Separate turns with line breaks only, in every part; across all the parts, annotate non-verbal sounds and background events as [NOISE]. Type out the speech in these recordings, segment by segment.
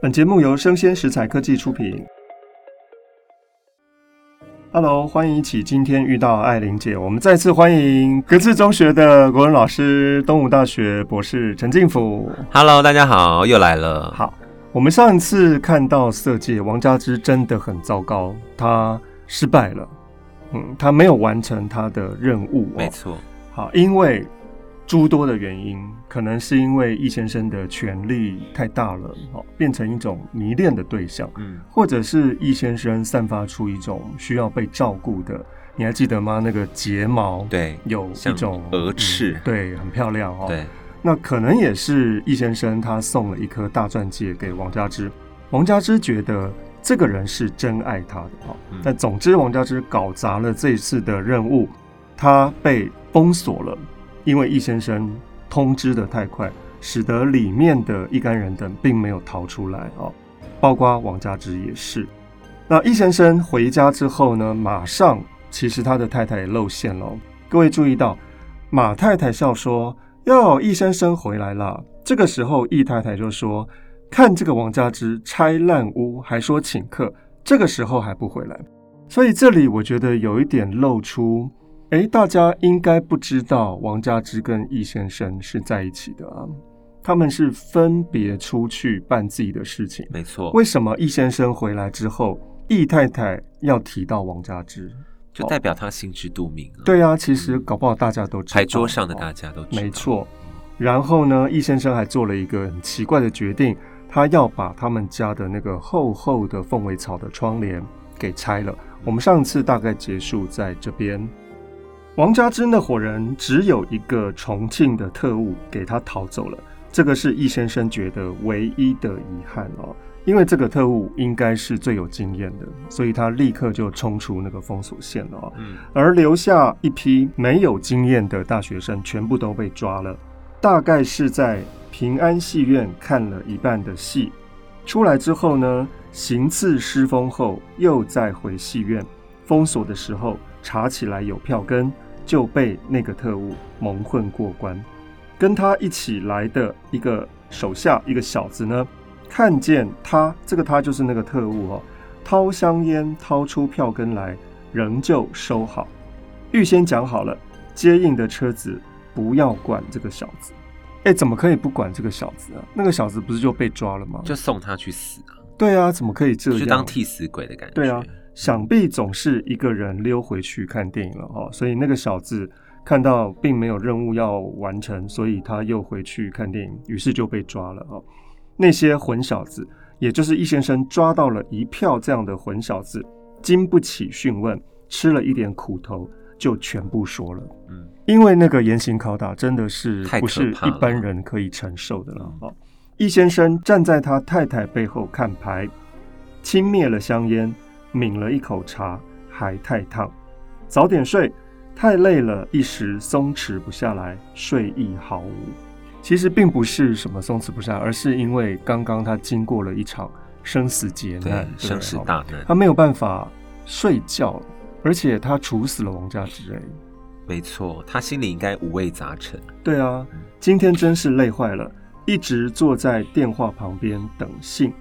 本节目由生鲜食材科技出品。Hello，欢迎一起今天遇到艾琳姐，我们再次欢迎格致中学的国文老师、东吴大学博士陈进甫。
Hello，大家好，又来了。
好，我们上一次看到色戒，王佳芝真的很糟糕，她失败了，嗯，她没有完成她的任务、哦
没。错，
好，因为诸多的原因，可能是因为易先生的权力太大了，哦，变成一种迷恋的对象，
嗯，
或者是易先生散发出一种需要被照顾的。你还记得吗？那个睫毛，，
对，
有一
像
种
鹅翅
嗯对，很漂亮哦。，
对，
那可能也是易先生他送了一颗大钻戒给王佳芝，王佳芝觉得这个人是真爱她的哈、
嗯
但总之，王佳芝搞砸了这一次的任务，她被封锁了，因为易先生通知的太快，使得里面的一干人等并没有逃出来哦，包括王佳芝也是。那易先生回家之后呢，马上其实他的太太也露馅了哦。各位注意到，马太太笑说：“哟，易先生回来了。”这个时候，易太太就说：“看这个王佳芝拆烂屋，还说请客，这个时候还不回来。”所以这里我觉得有一点露出，诶，大家应该不知道王佳芝跟易先生是在一起的啊，他们是分别出去办自己的事情。
没错，
为什么易先生回来之后，易太太要提到王佳芝？
就代表他心知肚明啊。，
对啊，其实搞不好大家都知道。
牌桌上的大家都知道。
没，错。然后呢，易先生还做了一个很奇怪的决定，他要把他们家的那个厚厚的凤尾草的窗帘给拆了。我们上次大概结束在这边。王家之那伙人只有一个重庆的特务给他逃走了，这个是易先生觉得唯一的遗憾哦。因为这个特务应该是最有经验的，所以他立刻就冲出那个封锁线了、哦。
嗯，
而留下一批没有经验的大学生，全部都被抓了。大概是在平安戏院看了一半的戏，出来之后呢，行刺失风后，又再回戏院，封锁的时候查起来有票根，就被那个特务蒙混过关。跟他一起来的一个手下，一个小子呢，看见他，这个他就是那个特务哦，掏香烟，掏出票根来，仍旧收好。预先讲好了，接应的车子不要管这个小子。哎，怎么可以不管这个小子啊？那个小子不是就被抓了吗？
就送他去死啊，
对啊，怎么可以这样？
就当替死鬼的感觉。
对啊，想必总是一个人溜回去看电影了哦，所以那个小子看到并没有任务要完成，所以他又回去看电影，于是就被抓了哦。那些混小子，也就是易先生抓到了一票这样的混小子，经不起讯问，吃了一点苦头，就全部说了。
嗯，
因为那个严刑拷打真的是
太可
不是
怕
一
了
般人可以承受的了
嗯。
哦，易先生站在他太太背后看牌，轻灭了香烟，抿了一口茶，还太烫，早点睡，太累了，一时松弛不下来，睡意毫无。其实并不是什么松弛不下来，而是因为刚刚他经过了一场生死劫难，
对
对，不对
生死
哦
大难，
他没有办法睡觉，而且他处死了王家之人。
没错，他心里应该五味杂陈。
对啊，今天真是累坏了，一直坐在电话旁边等信，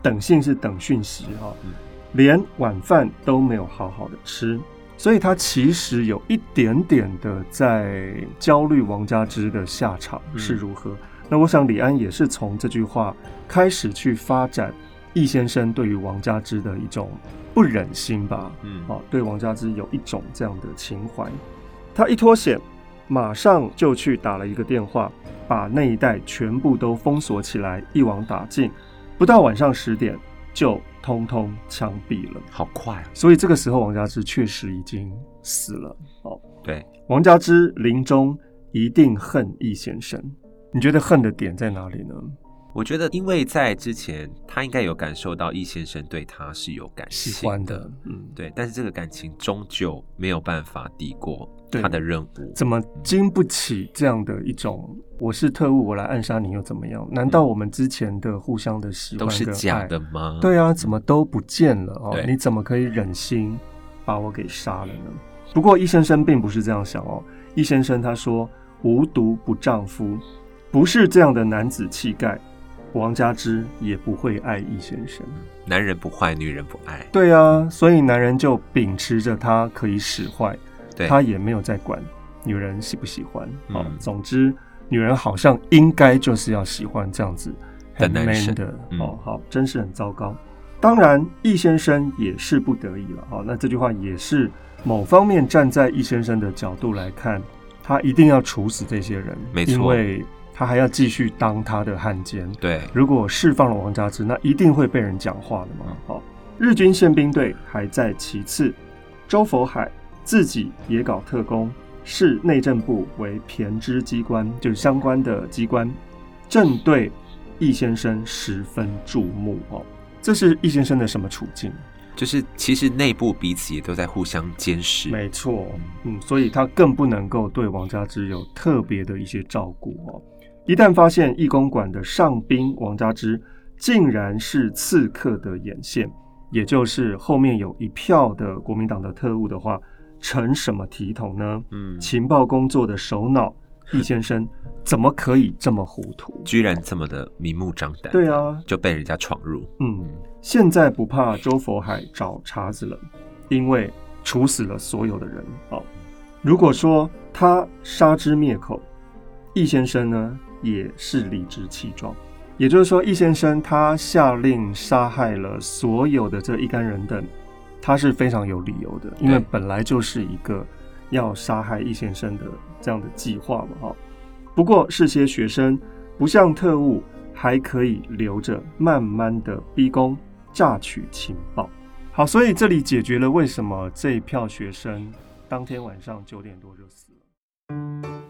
等信是等讯息哈、
嗯
连晚饭都没有好好的吃，所以他其实有一点点的在焦虑王家之的下场
嗯
是如何。那我想李安也是从这句话开始去发展易先生对于王家之的一种不忍心吧，
嗯，
啊，对王家之有一种这样的情怀。他一脱险，马上就去打了一个电话，把那一带全部都封锁起来，一网打尽。不到晚上十点，就通通枪毙了。
好快啊。
所以这个时候，王家之确实已经死了。哦，
对，
王家之临终一定恨易先生。你觉得恨的点在哪里呢？
我觉得因为在之前他应该有感受到易先生对他是有感情
喜欢的，嗯，
对，但是这个感情终究没有办法抵过
对
他的任务。
怎么经不起这样的一种我是特务，我来暗杀你又怎么样？难道我们之前的互相的喜欢
都是
跟
假
爱
的？吗？
对啊，怎么都不见了哦
对？
你怎么可以忍心把我给杀了呢？不过易先生并不是这样想哦。易先生他说：“无毒不丈夫，不是这样的男子气概，王佳芝也不会爱易先生。
男人不坏，女人不爱，
对啊，所以男人就秉持着他可以使坏，
对，
他也没有在管女人喜不喜欢。
嗯
好、总之女人好像应该就是要喜欢这样子
的
很
男
man
生
的、
嗯
哦，好，真是很糟糕。当然，易先生也是不得已了。好、那这句话也是某方面站在易先生的角度来看，他一定要处死这些人，
没错
因为他还要继续当他的汉奸。
对，
如果释放了王家之，那一定会被人讲话的嘛
嗯。
好、日军宪兵队还在其次，周佛海自己也搞特工，视内政部为偏支机关，就是相关的机关，正对易先生十分注目哦。这是易先生的什么处境？
就是其实内部彼此也都在互相监视，
没错，嗯，所以他更不能够对王家之有特别的一些照顾哦。一旦发现义工馆的上宾王家之竟然是刺客的眼线，也就是后面有一票的国民党的特务的话，成什么体统呢？
嗯，
情报工作的首脑易先生怎么可以这么糊涂？ [LAUGHS]
居然这么的明目张胆，
对啊，
就被人家闯入，
嗯，现在不怕周佛海找茬子了，因为处死了所有的人。哦，如果说他杀之灭口，易先生呢也是理直气壮。也就是说，易先生他下令杀害了所有的这一干人等，他是非常有理由的，因为
对
本来就是一个要杀害易先生的这样的计划嘛，哈、不过是些学生，不像特务，还可以留着慢慢的逼宫，榨取情报。好，所以这里解决了为什么这一票学生当天晚上九点多就死了。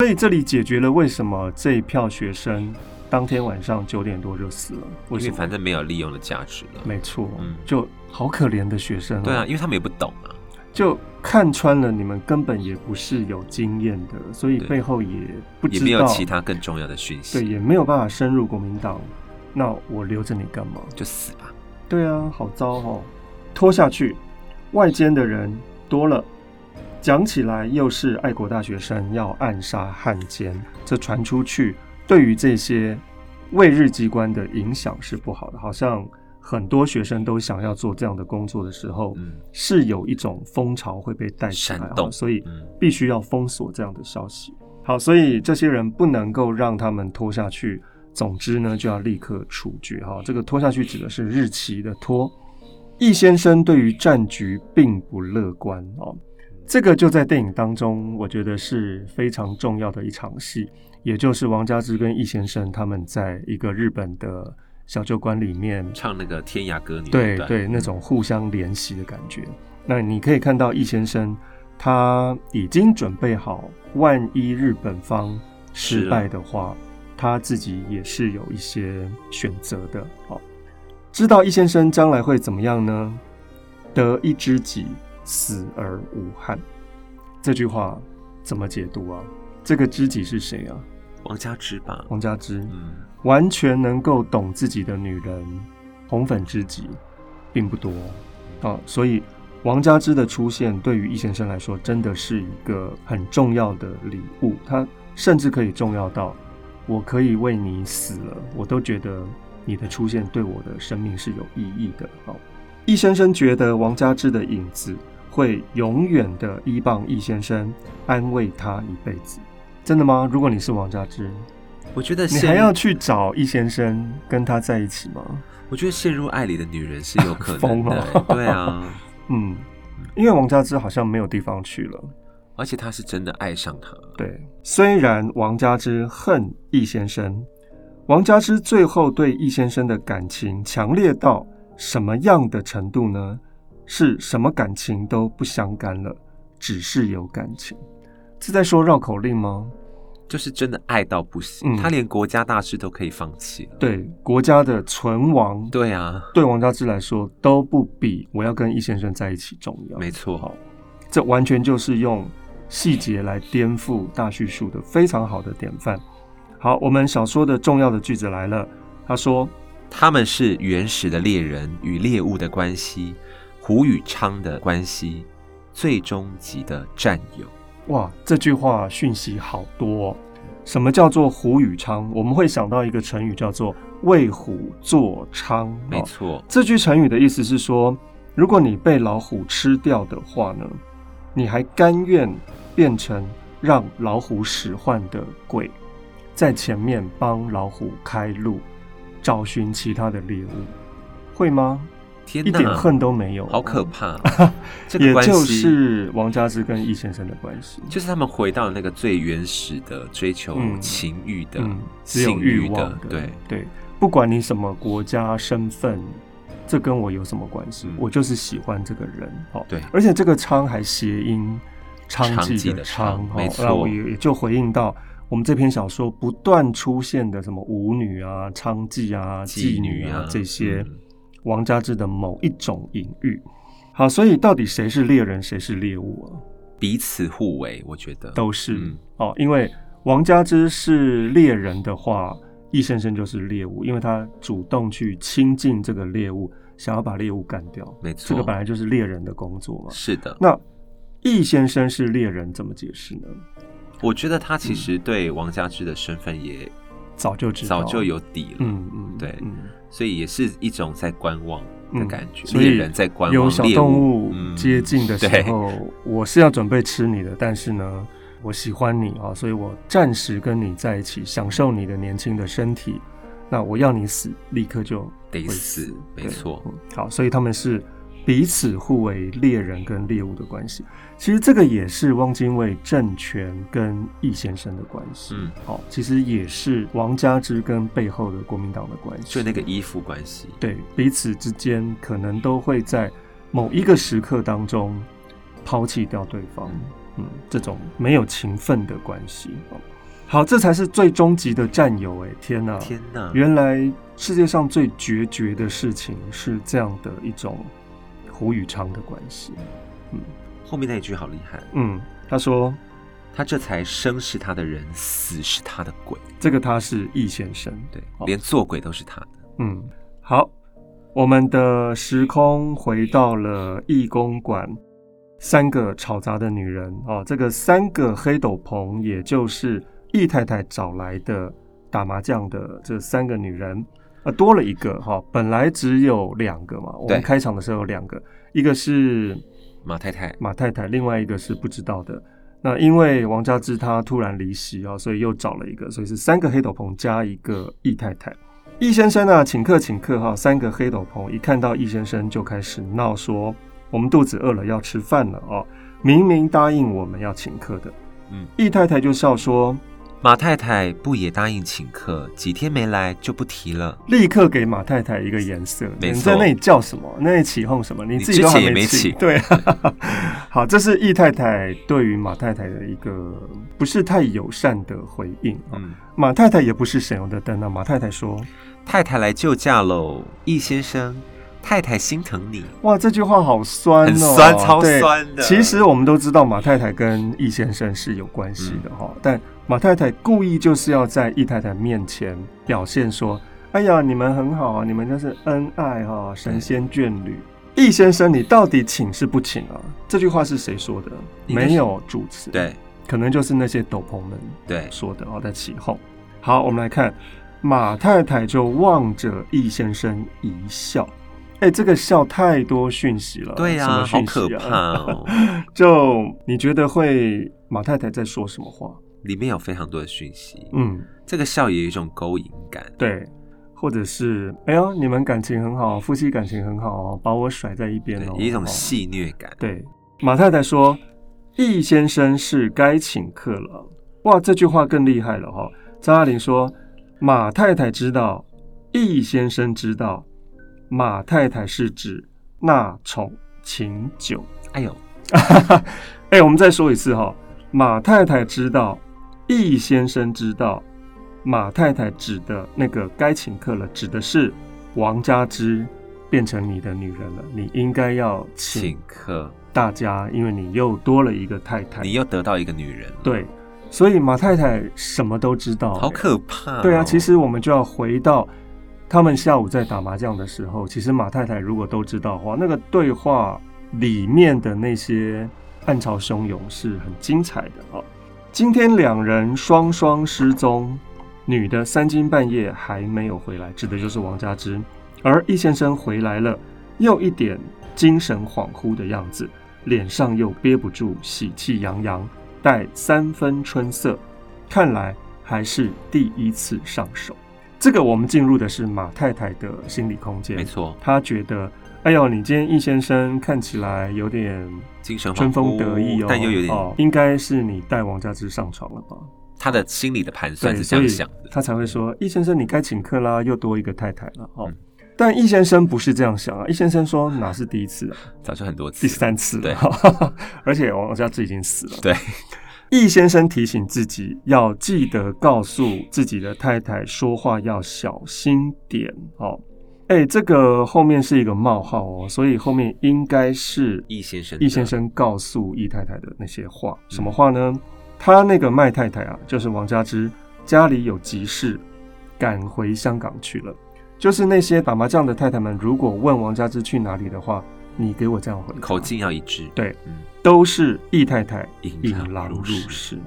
所以这里解决了为什么这一票学生当天晚上九点多就死了。为
因
什
为
么？
反正没有利用的价值了，
没错，
嗯
就好可怜的学生、
对啊，，因为他们也不懂啊，
就看穿了你们根本也不是有经验的，所以
对
背后也不知
也
道
没有其他更重要的讯
对，
息，
也没有办法深入国民党。那我留着你干嘛？
就死吧，
对啊，好糟哦，拖下去，外间的人多了，讲起来又是爱国大学生要暗杀汉奸，这传出去，对于这些卫日机关的影响是不好的。好像很多学生都想要做这样的工作的时候，
嗯，
是有一种风潮会被带起来
煽
哦，
动
所以
嗯
必须要封锁这样的消息。好，所以这些人不能够让他们拖下去。总之呢，就要立刻处决哈。这个拖下去指的是日期的拖。易先生对于战局并不乐观哦，这个就在电影当中，我觉得是非常重要的一场戏，也就是王家之跟易先生他们在一个日本的小酒馆里面
唱那个《天涯歌女》
对
段
对，那种互相怜惜的感觉。那你可以看到易先生，他已经准备好，万一日本方失
是
败的话，他自己也是有一些选择的。哦，知道易先生将来会怎么样呢？得一知己，死而无憾。这句话怎么解读啊？这个知己是谁啊？
王佳芝吧，
王佳芝。
嗯，
完全能够懂自己的女人，红粉知己并不多啊，所以王佳芝的出现对于易先生来说真的是一个很重要的礼物，他甚至可以重要到我可以为你死了，我都觉得你的出现对我的生命是有意义的哦。易先生觉得王佳芝的影子会永远的依傍易先生，安慰他一辈子。真的吗？如果你是王佳芝，
我觉得
你
陷
还要
入，
去找易先生跟他在一起吗？
我觉得陷入爱里的女人是有可
[LAUGHS]
能
疯
的、
了
欸对啊，
嗯，因为王佳芝好像没有地方去了。
而且他是真的爱上他，
对，虽然王佳芝恨易先生，王佳芝最后对易先生的感情强烈到什么样的程度呢？是什么感情都不相干了，只是有感情。是在说绕口令吗？
就是真的爱到不行，
嗯
他连国家大事都可以放弃了。
对国家的存亡，
对啊，
对王家之来说都不比我要跟易先生在一起重要。
没错，
好，这完全就是用细节来颠覆大叙述的非常好的典范。好，我们小说的重要的句子来了，他说
他们是原始的猎人与猎物的关系，虎与昌的关系，最终极的战友。：“
哇，这句话讯息好多、哦。什么叫做虎与昌？我们会想到一个成语叫做‘为虎作伥’。
没
哦
错，
这句成语的意思是说，如果你被老虎吃掉的话呢，你还甘愿变成让老虎使唤的鬼，在前面帮老虎开路，找寻其他的猎物，会吗？
天
一点
哪，
恨都没有，
好
[LAUGHS]
可怕哦、这个
也
关系
就是王家之跟易先生的关系。
就是他们回到那个最原始的追求
嗯
情欲的、
嗯，只有
性
欲
欲
望的，
对，
对，不管你什么国家身份，这跟我有什么关系？
嗯
我就是喜欢这个人，哦，
对
而且这个昌还谐音娼
娼
妓
妓
的
的
娼，
娼
哦
没错
那我也也就回应到我们这篇小说不断出现的什么舞女啊、娼妓啊、妓
妓
女
女
啊
啊
这些
嗯
王家之的某一种隐喻。好，所以到底谁是猎人，谁是猎物啊？
彼此互为，我觉得
都是、
嗯
哦，因为王家之是猎人的话，易先生就是猎物，因为他主动去亲近这个猎物，想要把猎物干掉，
没
这
错，
个本来就是猎人的工作嘛。
是的。
那易先生是猎人，怎么解释呢？
我觉得他其实对王家之的身份也
嗯早就知道，
早就，有底了，
嗯嗯，
对
嗯，
所以也是一种在观望的感觉，
所
猎
以
人在观望
有小
猎
动
物
物接近的时，
嗯
候，我是要准备吃你的，但是呢，我喜欢你啊，所以我暂时跟你在一起，享受你的年轻的身体。那我要你死，立刻就
对
会
得死，没
对
错，
嗯好，所以他们是彼此互为猎人跟猎物的关系。其实这个也是汪精卫政权跟易先生的关系。
嗯，
好，其实也是王家之跟背后的国民党的关系。
就那个依附关系，
对彼此之间可能都会在某一个时刻当中抛弃掉对方，嗯，这种没有情分的关系。哦好，这才是最终极的战友。哎，天哪！
天哪，
原来世界上最决绝的事情是这样的一种虎与长的关系。
后面那一句好厉害，
嗯，他说
他这才生是他的人，死是他的鬼，
这个他是易先生。
对
好，
连做鬼都是他的，
嗯，好，我们的时空回到了义工馆，三个吵杂的女人哦，这个三个黑斗篷，也就是易太太找来的打麻将的这三个女人，呃，多了一个哈、本来只有两个嘛，我们
对
开场的时候有两个，一个是
马太太，
马太太，另外一个是不知道的。那因为王家之他突然离席啊、哦，所以又找了一个，所以是三个黑斗篷加一个易太太。易先生啊，请客，请客哈、三个黑斗篷一看到易先生就开始闹说：“我们肚子饿了，要吃饭了哦！”明明答应我们要请客的，
嗯，
易太太就笑说
马太太不也答应请客，几天没来就不提了。：“
立刻给马太太一个颜色，
没
你
错
在那里叫什么？那里起哄什么？你
你
自己都
之
还
前也没
起。
起
对， [LAUGHS] 好，这是易太太对于马太太的一个不是太友善的回应、哦。
嗯，
马太太也不是省油的灯啊。马太太说
太太来救驾喽，易先生，太太心疼你。：“
哇，这句话好酸哦，
很酸超
对
酸的
其实我们都知道马太太跟易先生是有关系的
嗯
哈、但马太太故意就是要在易太太面前表现说：“哎呀，你们很好啊，你们就是恩爱哈、神仙眷侣。”易先生，你到底请是不请啊？这句话是谁说的？
应该是
没有主持，，
对
可能就是那些斗篷们
对，
说的哦，在起哄。好，我们来看马太太就望着易先生一笑，哎，这个笑太多讯息了，
对
呀、
啊，好
讯息
可怕哦！
就你觉得会马太太在说什么话？
里面有非常多的讯息，
嗯，
这个笑也有一种勾引感。
对。或者是，哎呦，你们感情很好，夫妻感情很好哦，把我甩在一边
对，
哦，
有一种
哦
戏虐感。
对，马太太说：“易先生是该请客了。”哇，这句话更厉害了哈、张爱玲说：“马太太知道，易先生知道，马太太是指那宠请酒。 [LAUGHS]
哎呦，”
哎，我们再说一次哈、马太太知道，易先生知道，马太太指的那个该请客了，指的是王佳芝变成你的女人了，你应该要请
请客，
大家，因为你又多了一个太太。
你又得到一个女人了，，
哎对，所以马太太什么都知道、
好
欸
可怕哦、
对啊，其实我们就要回到他们下午在打麻将的时候，其实马太太如果都知道的话，那个对话里面的那些暗潮汹涌是很精彩的哦。今天两人双双失踪，女的三更半夜还没有回来，指的就是王佳芝，而易先生回来了，又一点精神恍惚的样子，脸上又憋不住喜气洋洋，带三分春色，看来还是第一次上手。这个我们进入的是马太太的心理空间，
没错，
她觉得，哎呦，你今天易先生看起来有点
精神
春风
恍惚
得意哦，
但又有点、
哦，应该是你带王家之上床了吧？
他的心里的盘算
对，
是这
所以
样想的，
他才会说，易先生你该请客啦，又多一个太太了哦。
嗯
但易先生不是这样想啊，易先生说哪是第一次啊，
早就很多次，
第，三次
对
了， [LAUGHS] 而且王家之已经死了。
对，
易先生提醒自己要记得告诉自己的太太说话要小心点哦。哎，这个后面是一个冒号哦，所以后面应该是
易先生的，
易先生告诉易太太的那些话，什么话呢？他那个麦太太啊，就是王佳芝，家里有急事，赶回香港去了。就是那些打麻将的太太们，如果问王佳芝去哪里的话，你给我这样回答
口径要一致，
对，
嗯，
都是易太太
引
引狼
狼
入
入嗯
室
室。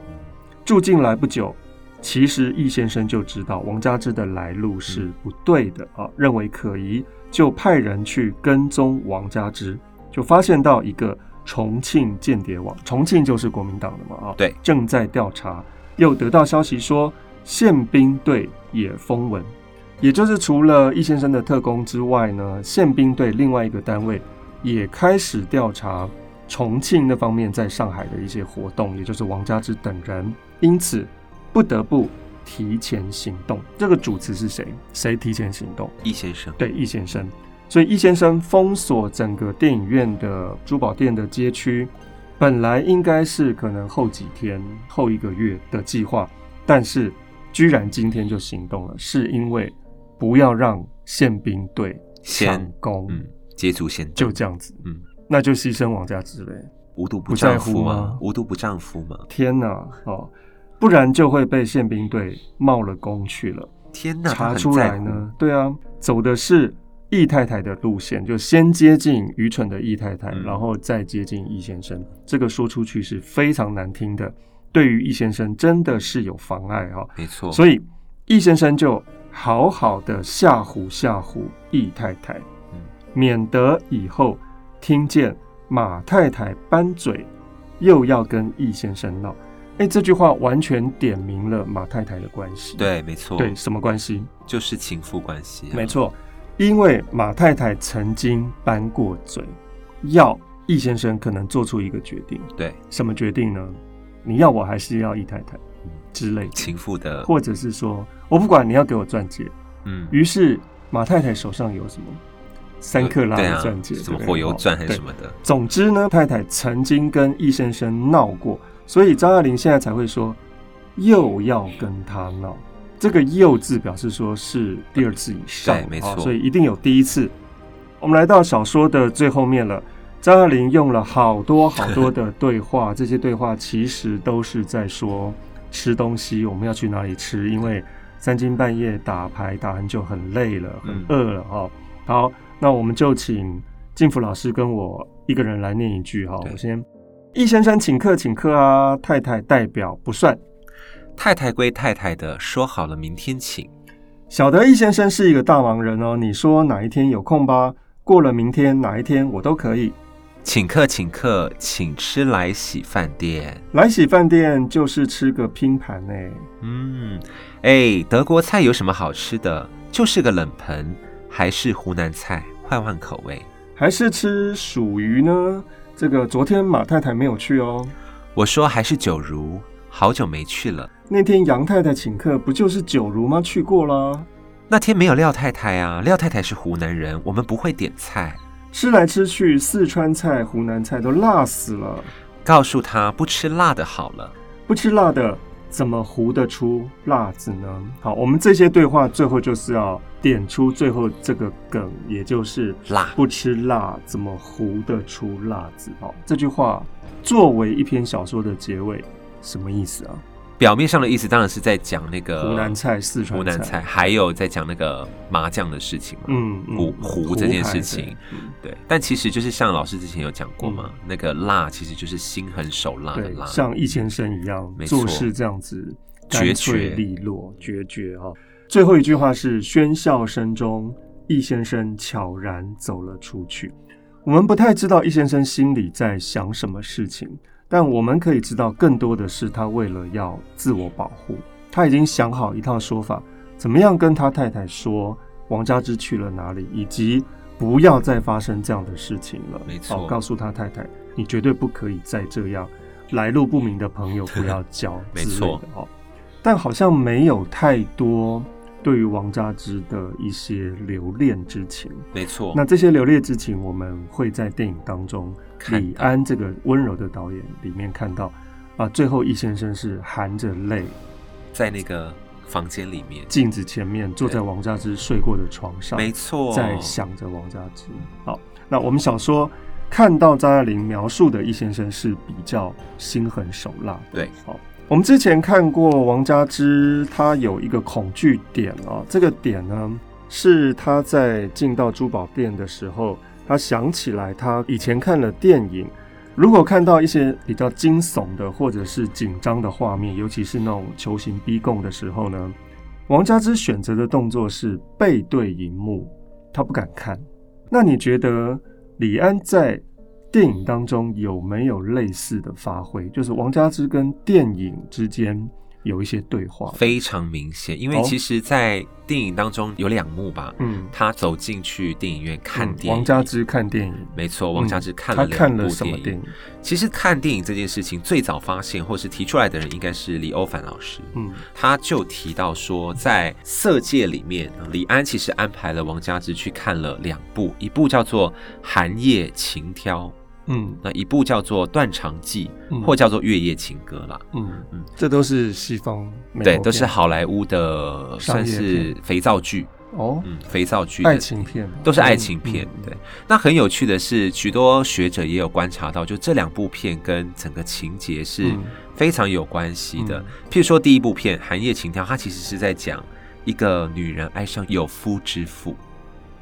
住进来不久，其实易先生就知道王佳芝的来路是不对的、啊，认为可疑，就派人去跟踪王佳芝，就发现到一个重庆间谍网，重庆就是国民党的嘛啊，
对
正在调查，又得到消息说宪兵队也封文。也就是除了易先生的特工之外呢，宪兵队另外一个单位也开始调查重庆那方面在上海的一些活动，也就是王家之等人，因此不得不提前行动。这个主词是谁？谁提前行动？
易先生，
对，易先生。所以易先生封锁整个电影院的珠宝店的街区，本来应该是可能后几天、后一个月的计划，但是居然今天就行动了，是因为不要让宪兵队
先
抢攻，
嗯，捷足先
就
登，
这样子，
嗯，
那就牺牲王家之类。
无毒不
不在
丈
乎
夫
吗
嘛，无毒不丈夫嘛，
天哪，哦，不然就会被宪兵队冒了功去了。
天哪，他
查
很
出
在
来
乎
呢？？对啊，走的是易太太的路线，就先接近愚蠢的易太太，
嗯
然后再接近易先生。这个说出去是非常难听的，对于易先生真的是有妨碍哦哈、
没错，
所以易先生就好好的吓唬吓唬易太太，
嗯
免得以后听见马太太扳嘴，又要跟易先生闹。哎，这句话完全点明了马太太的关系。
对，没错，
对，什么关系？
就是情夫关系、啊，
没错，因为马太太曾经扳过嘴，要易先生可能做出一个决定，
对，
什么决定呢？你要我还是要易太太
嗯
之类的，
情妇的，
或者是说我不管，你要给我钻戒。
嗯，
于是马太太手上有什么三克拉
对
的哦
啊
钻戒，
什
对
么
不对
火油钻还是
对
什么的，
总之呢，太太曾经跟易先生闹过，所以张爱玲现在才会说又要跟他闹。这个“又”字表示说是第二次以上，
对没错
哦所以一定有第一次。我们来到小说的最后面了，张爱玲用了好多好多的对话，这些对话其实都是在说吃东西，我们要去哪里吃，因为三更半夜打牌打很久很累了，很
嗯
饿了哈、哦。好，那我们就请静福老师跟我一个人来念一句哈。
对
我先，易先生请客，请客啊！太太代表不算。
太太归太太的，说好了明天请，
晓得易先生是一个大忙人哦，你说哪一天有空吧？过了明天哪一天我都可以。
请客请客，请吃来喜饭店。
来喜饭店就是吃个拼盘呢、
嗯，哎，德国菜有什么好吃的？就是个冷盆，还是湖南菜，换换口味。
还是吃鼠鱼呢？这个昨天马太太没有去哦。
我说还是九如，好久没去了。
那天杨太太请客，不就是九如吗？去过啦。
那天没有廖太太啊，廖太太是湖南人，我们不会点菜。
吃来吃去，四川菜、湖南菜都辣死了。
告诉她不吃辣的好了。
不吃辣的，怎么糊得出辣子呢？好，我们这些对话最后就是要点出最后这个梗，也就是
辣
不吃辣怎么糊得出辣子？好，这句话作为一篇小说的结尾，什么意思啊？
表面上的意思当然是在讲那个
湖南菜、四川
湖南菜，还有在讲那个麻将的事情嘛，
嗯，嗯
糊糊这件事情
牌对嗯
对。但其实就是像老师之前有讲过嘛，那个辣其实就是心狠手辣的
对，
辣，
像易先生一样
没错
做事这样子
决
干
绝
脆利落、决绝哈、最后一句话是喧嚣声中，易先生悄然走了出去。我们不太知道易先生心里在想什么事情，但我们可以知道更多的是他为了要自我保护，他已经想好一套说法，怎么样跟他太太说王佳芝去了哪里，以及不要再发生这样的事情了。
没错
哦告诉他太太，你绝对不可以再这样，来路不明的朋
[LAUGHS]
友不要交
没
之类
错
的哦。但好像没有太多对于王佳芝的一些留恋之情。
没错。
那这些留恋之情，我们会在电影当中，
看
李安这个温柔的导演里面看到。啊，最后易先生是含着泪，
在那个房间里面，
镜子前面坐在王佳芝睡过的床上，
没错，
在想着王家之。好，那我们小说看到张爱玲描述的易先生是比较心狠手辣的。
对，
好，我们之前看过王家之，他有一个恐惧点啊、哦，这个点呢是他在进到珠宝店的时候，他想起来他以前看了电影。如果看到一些比较惊悚的或者是紧张的画面，尤其是那种球形逼供的时候呢，王家之选择的动作是背对荧幕，他不敢看。那你觉得李安在电影当中有没有类似的发挥？就是王家之跟电影之间有一些对话。
非常明显，因为
哦
其实，在电影当中有两幕吧，
嗯，
他走进去电影院看
嗯
电影，
王家之看电影，
没错，王家之看了
嗯他
两
看
部
了什么
电
电
影
影？？
其实看电影这件事情，最早发现或是提出来的人应该是李欧凡老师。
嗯，
他就提到说，在色戒里面，李安其实安排了王家之去看了两部，一部叫做《寒夜情挑》，
嗯
那一部叫做《断肠记》，
嗯
或叫做《月夜情歌》啦。
嗯
嗯
嗯，这都是西方美国
对，都是
片
好莱坞的
商
算
业
是肥皂剧，
哦，
嗯，肥皂剧的
爱情片
都是爱情片。
嗯嗯
对，那很有趣的是，许多学者也有观察到，就这两部片跟整个情节是
嗯
非常有关系的。
嗯
譬如说，第一部片《寒夜情调》，它其实是在讲一个女人爱上有夫之妇。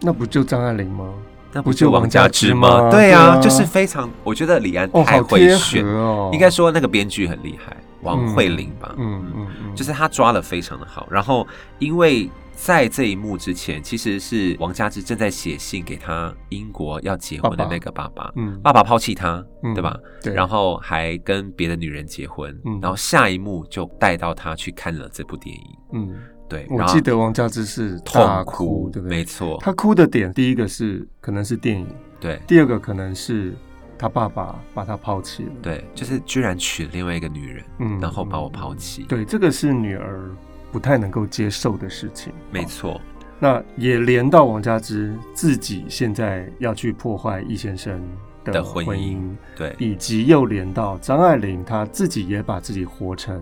那不就张爱玲吗？
那
不就
王
王家
之
之
吗？
吗
对啊，
对啊
就是非常，我觉得李安
哦，
太
好
会
贴
选，
合哦，
应该说那个编剧很厉害，王
嗯
慧玲吧，
嗯嗯嗯，
就是他抓的非常的好。然后因为在这一幕之前，其实是王佳芝正在写信给他英国要结婚的那个爸爸，爸
嗯
爸抛弃他，
嗯
对吧？
对，
啊然后还跟别的女人结婚，
嗯
然后下一幕就带到他去看了这部电影，
嗯，
对，
我
然后
记得王家之是大
痛
哭，对不
没
对？
错，
他哭的点，第一个是可能是电影，
对
第二个可能是他爸爸把他抛弃了，
对，就是居然娶了另外一个女人，
嗯
然后把我抛弃，
对，这个是女儿不太能够接受的事情，哦
没错，
那也连到王佳芝自己现在要去破坏易先生
的
的
婚
婚
姻对，
以及又连到张爱玲，她自己也把自己活成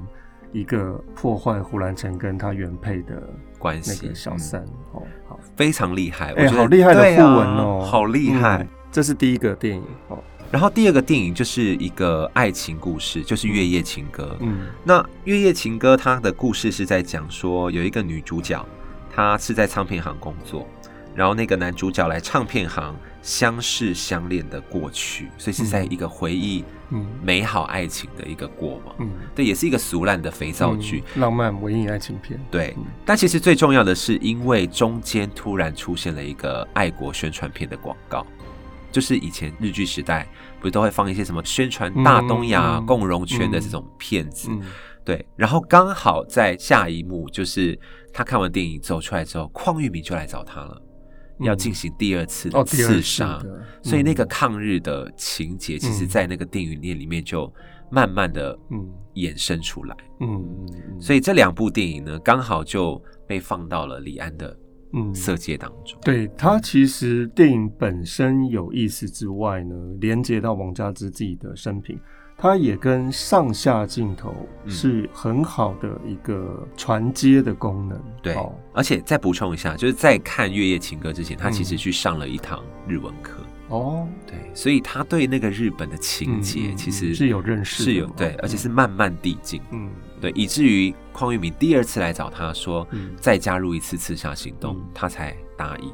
一个破坏胡兰成跟她原配的
关
那
系
个小
嗯
三、哦，好，
非常厉害，
哎、
我觉得
好厉害的
对
互
啊
文哦，
好厉害。
嗯这是第一个电影哦，
然后第二个电影就是一个爱情故事，就是《月夜情歌》。
嗯
那《月夜情歌》它的故事是在讲说，有一个女主角，她是在唱片行工作，然后那个男主角来唱片行相识相恋的过去，所以是在一个回忆
嗯
美好爱情的一个过往。
嗯，
对，也是一个俗烂的肥皂剧。
嗯浪漫文艺爱情片，
对
嗯，
但其实最重要的是，因为中间突然出现了一个爱国宣传片的广告，就是以前日剧时代不是都会放一些什么宣传大东
嗯
亚
嗯
共荣圈的这种片子，
嗯
对，然后刚好在下一幕就是他看完电影走出来之后，邝裕民就来找他了，
嗯
要进行第二次的
哦，第二
刺
次
杀，
的
所以那个抗日的情节，其实
嗯
在那个电影院里面就慢慢的
嗯
衍生出来。
嗯嗯嗯，
所以这两部电影呢，刚好就被放到了李安的
嗯
色戒当中。
对它其实电影本身有意思之外呢，连接到王家之自己的生平，它也跟上下镜头
嗯
是很好的一个传接的功能。
对
哦，
而且再补充一下，就是在看《月夜情歌》之前，他
嗯
其实去上了一堂日文课。
哦，
对，所以他对那个日本的情
嗯
节
嗯
其实
嗯是有认识的
是有
嘛
对
嗯，
而且是慢慢递进，
嗯
对，以至于邝玉明第二次来找他说
嗯
再加入一次刺杀行动
嗯，
他才答应。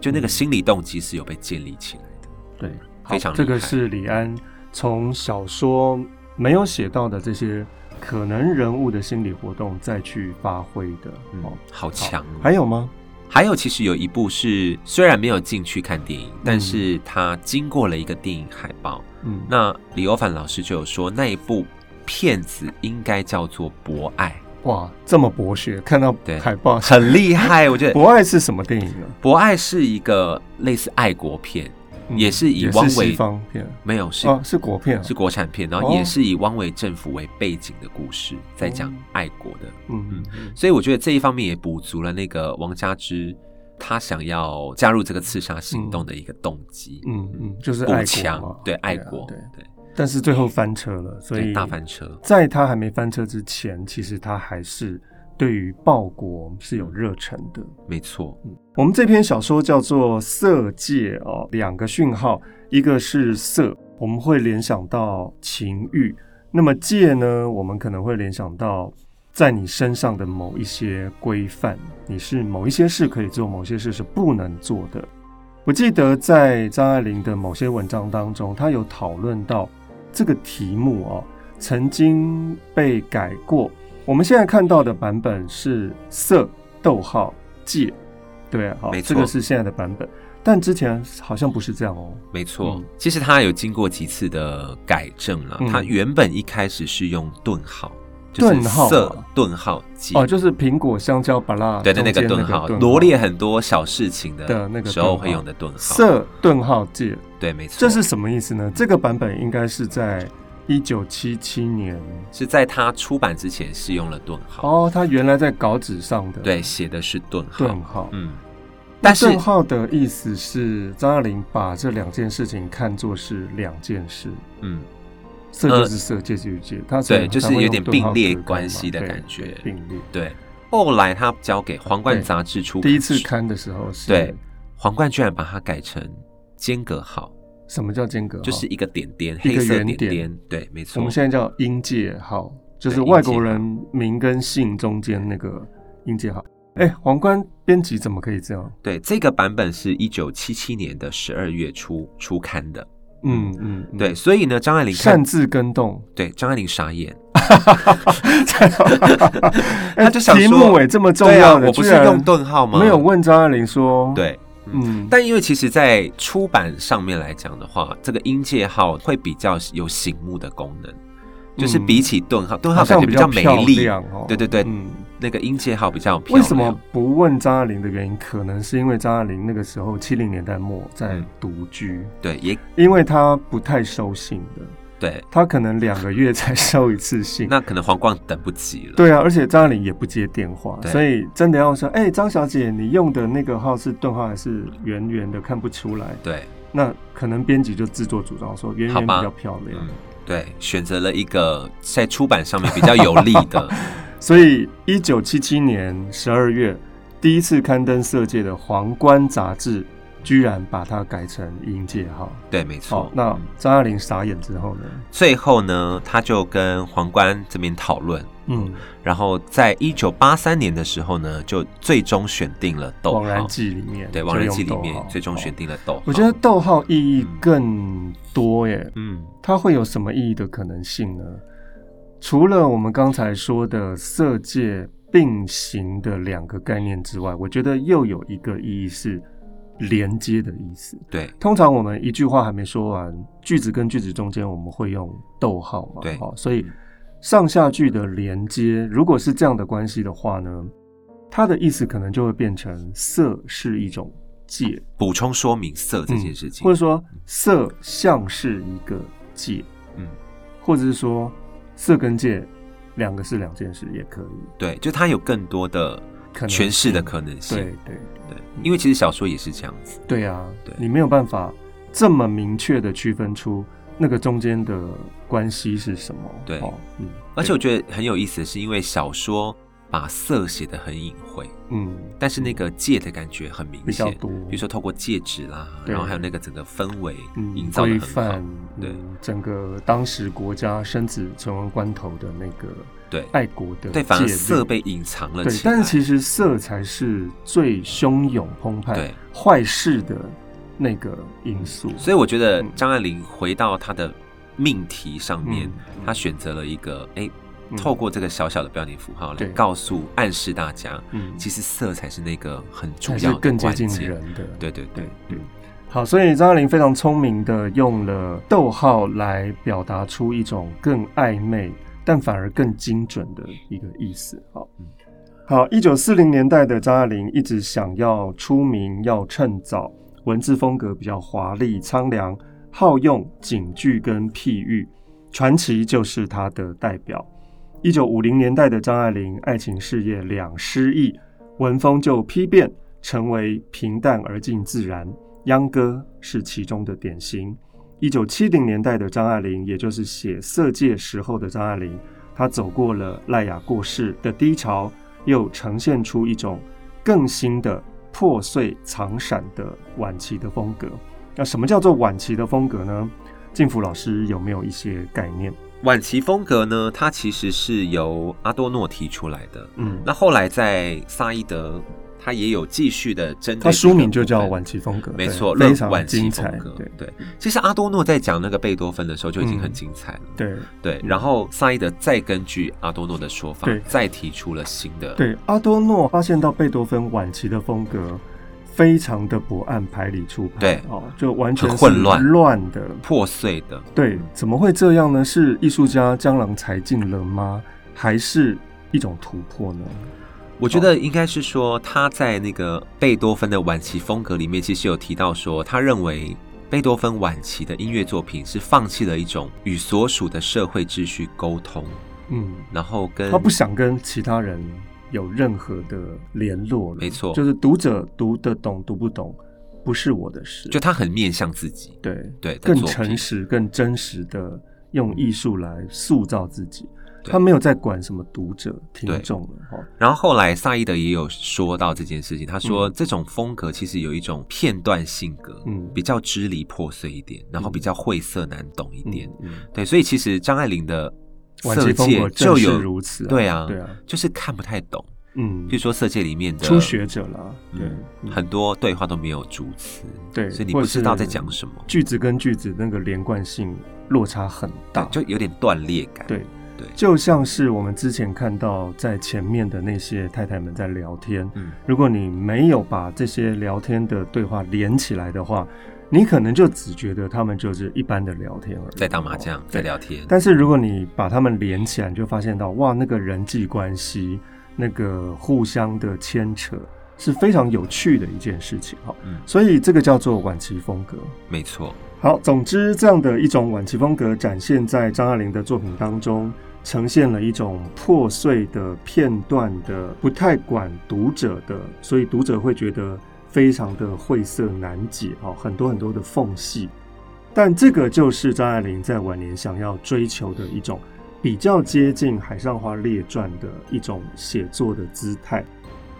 就那个心理动机是有被建立起来的，
对，
非常
这
厉
个
害
是李安从小说没有写到的这些可能人物的心理活动再去发挥的。哦
嗯，，好强哦。
还有吗？
还有，其实有一部是虽然没有进去看电影，但是他经过了一个电影海报。
嗯，
那李欧凡老师就有说，那一部片子应该叫做《博爱
哇，这么博学，看到
对
海报》， [LAUGHS] 《
很厉害。我觉得《
哦博爱》是什么电影呢？
博爱》是一个类似爱国片，
嗯
也是以
也
汪
是西
伪
方片
没有是、
啊，是国片啊，
是国产片，然后
哦
也是以汪伪政府为背景的故事，在讲爱国的。
嗯
所以我觉得这一方面也补足了那个王佳芝他想要加入这个刺杀行动的一个动机。
嗯嗯，就是
补
爱国嘛
强，对爱
啊
国，
对，
对
但是最后翻车了，所以
对大翻车，
在他还没翻车之前，其实他还是对于报国是有热忱的。
没错，
我们这篇小说叫做《色戒》哦，两个讯号，一个是色，我们会联想到情欲；那么戒呢，我们可能会联想到在你身上的某一些规范，你是某一些事可以做，某些事是不能做的。我记得在张爱玲的某些文章当中，她有讨论到这个题目哦，曾经被改过。我们现在看到的版本是色逗号戒，对啊，好，
没错
这个是现在的版本，但之前好像不是这样哦。
没错
嗯。
其实他有经过几次的改正了
嗯，
他原本一开始是用顿号，就是
顿号
色
啊
顿号记
哦，就是苹果、香蕉、巴拉
对对，那个
顿
顿号罗列很多小事情
的那个
的时候
顿
会
号
用的顿号，
色顿号戒，
对，没错，
这是什么意思呢？这个版本应该是在一九七七年
是在他出版之前是用了顿号，
哦，它原来在稿纸上的
对，写的是顿号，
顿号，
嗯，
那
但是
顿号的意思是张爱玲把这两件事情看作是两件事，
嗯，
色就是色，戒就是戒，它所以
对就是
才会
有点
用顿号
并列
隔开嘛
关系的
对
感觉
对并列。
对。后来他交给皇冠
对
杂志出版社，
第一次看的时候是，
对，皇冠居然把它改成间隔号，
什么叫间隔号？
就是一个点点，
一
黑
个
色
圆
点
点
点，对，没错。
我们现在叫音界号，就是
哦对
外国人名跟姓中间那个音界号。哎，皇冠编辑怎么可以这样？
对这个版本是一九七七年的十二月初出刊的，
嗯嗯，嗯
对，，所以呢，张爱玲看
擅自跟动，
对张爱玲傻眼，
他
[LAUGHS] 他就想
题
说
目尾这么重
对啊
要的，
我不是
居然
用顿号吗？
没有问张爱玲说，，
对，嗯。
嗯，
但因为其实，在出版上面来讲的话，这个音界号会比较有醒目的功能，就是比起顿号，顿
嗯好
号
像
感觉
比
较
较
美
漂
丽，
亮哦，
对对对
嗯。
那个音界号比较有漂亮。
为什么不问张爱玲的原因，可能是因为张爱玲那个时候七零年代末在
嗯
独居，
对，也
因为她不太收信的，
对，
她可能两个月才收一次信。
那可能皇冠等不及了。
对啊，而且张爱玲也不接电话，
对
所以真的要说，哎、张小姐，你用的那个号是顿号还是圆圆的，看不出来。
对，
那可能编辑就自作主张说圆圆
好
比
吧
较漂亮，
嗯，对，选择了一个在出版上面比较有利的，
[LAUGHS] 所以一九七七年十二月第一次刊登色戒的《皇冠》杂志，居然把它改成音界号。
对，没
好
错，。
那
嗯
张爱玲傻眼之后呢？
最后呢，他就跟皇冠这边讨论，
嗯，
然后在一九八三年的时候呢，就最终选定了逗
《枉然
号。
记》里面
对，《
就
亡人
用
记》里
逗
面
号
最终选。嗯
哦
定了逗号。
我觉得逗号意义更多耶，
嗯，
它会有什么意义的可能性呢？除了我们刚才说的色戒并行的两个概念之外，我觉得又有一个意义是连接的意思。
对
通常我们一句话还没说完，句子跟句子中间我们会用逗号嘛，
对
好、所以上下句的连接，如果是这样的关系的话呢，它的意思可能就会变成色是一种戒嗯
补充说明色这件事情，
或者说色像是一个戒，
嗯，
或者是说色跟戒两个是两件事也可以，
对，就它有更多的
可能
诠释的
性
可能性。
对对
对，因为其实小说也是这样子。
对啊，
对
你没有办法这么明确的区分出那个中间的关系是什么？
对
哦嗯，
而且我觉得很有意思，是因为小说把色写得很隐晦，
嗯，
但是那个戒的感觉很明
比
显
较，多，
比如说透过戒指啦，
对
然后还有那个整个氛围
嗯
营造
规
的很好
范，，
对
嗯整个当时国家生死存亡关头的那个
对
爱国的
对，反
戒
而
律
色被隐藏了
对
起，来。
但是其实色才是最汹涌澎湃
对、
坏事的那个因素。
所以我觉得
嗯
张爱玲回到她的命题上面，
嗯
她选择了一个哎，
嗯
透过这个小小的标点符号来
对
告诉、暗示大家，
嗯
其实色才是那个很重
才
要
是
的
更接
关
近
键
人。的。
对对对嗯
对对。好，所以张爱玲非常聪明的用了逗号来表达出一种更暧昧，但反而更精准的一个意思。好
嗯，
好，一九四零年代的张爱玲一直想要出名，要趁早，文字风格比较华丽苍凉，好用警句跟譬喻，传奇就是她的代表。一九五零年代的张爱玲，爱情事业两失意，文风就批变，成为平淡而近自然。秧歌是其中的典型。一九七零年代的张爱玲，也就是写《色戒》时候的张爱玲，她走过了赖雅过世的低潮，又呈现出一种更新的破碎藏闪的晚期的风格。那什么叫做晚期的风格呢？静福老师有没有一些概念？
晚期风格呢，它其实是由阿多诺提出来的。
嗯，
那后来在萨义德，他也有继续的针对
它书名就
这
叫
个部分
晚期风格，
没
对
错，
非
论
常
晚期
精
风
彩
格。，
对嗯
对，其实阿多诺在讲那个贝多芬的时候就已经很精彩了。
对
对，
嗯
然后萨伊德再根据阿多诺的说法
对，
再提出了新的。，
对。阿多诺发现到贝多芬晚期的风格非常的不按牌理出牌，
对
哦，就完全
很混乱
是乱的，
破碎的。
对，怎么会这样呢？是艺术家江郎才尽了吗？还是一种突破呢？
我觉得应该是说他在那个贝多芬的晚期风格里面，其实有提到说，他认为贝多芬晚期的音乐作品是放弃了一种与所属的社会秩序沟通，
嗯，
然后跟
他不想跟其他人有任何的联络了，
没错
就是读者读得懂读不懂，不是我的事，
就他很面向自己，
对
对的
更
作
诚
品。
实、更真实的用艺术来塑造自己。
对
他没有在管什么读者、
对
听众了哈。
然后后来萨伊德也有说到这件事情，他说
嗯
这种风格其实有一种片段性格，
嗯
比较支离破碎一点，然后比较晦涩难懂一点。
嗯，
对，所以其实张爱玲的
晚期
色
风
戒
格正
就是有
如此、
对啊，
对啊，
就是看不太懂。
嗯
比如，说色戒里面的
初学者啦，对
嗯，
嗯
很多对话都没有主词，
对
所以你
或
不
者
知道在
是
讲什么，
句子跟句子那个连贯性落差很大，
对就有点断裂感。
对
对
就像是我们之前看到在前面的那些太太们在聊天，
嗯，
如果你没有把这些聊天的对话连起来的话，你可能就只觉得他们就是一般的聊天而已，
在打麻将，在
对
聊天，
但是如果你把他们连起来，你就发现到哇，那个人际关系，那个互相的牵扯是非常有趣的一件事情哈。
嗯
所以这个叫做晚期风格。
没错，
好，总之这样的一种晚期风格展现在张爱玲的作品当中，呈现了一种破碎的、片段的、不太管读者的，所以读者会觉得非常的晦涩难解哦，很多很多的缝隙。但这个就是张爱玲在晚年想要追求的一种比较接近《海上花列传》的一种写作的姿态。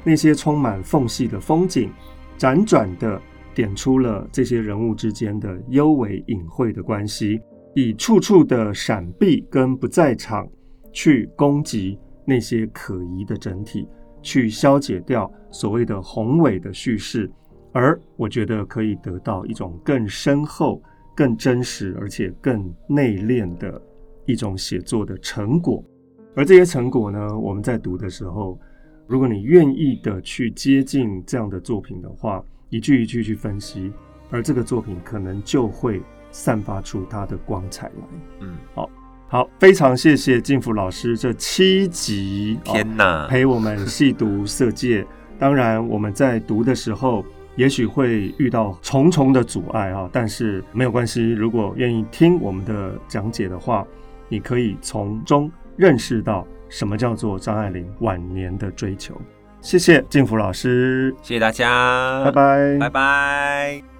那些充满缝隙的风景，辗转的点出了这些人物之间的幽微隐晦的关系，以处处的闪避跟不在场去攻击那些可疑的整体，去消解掉所谓的宏伟的叙事，而我觉得可以得到一种更深厚、更真实，而且更内敛的一种写作的成果。而这些成果呢，我们在读的时候，如果你愿意的去接近这样的作品的话，一句一句去分析，而这个作品可能就会散发出它的光彩来。
嗯，
好，非常谢谢静福老师这七集，哦
天哪，
陪我们细读色戒。当然，我们在读的时候，也许会遇到重重的阻碍啊，但是没有关系。如果愿意听我们的讲解的话，你可以从中认识到什么叫做张爱玲晚年的追求。谢谢静福老师，
谢谢大家，
呃拜，拜
拜拜。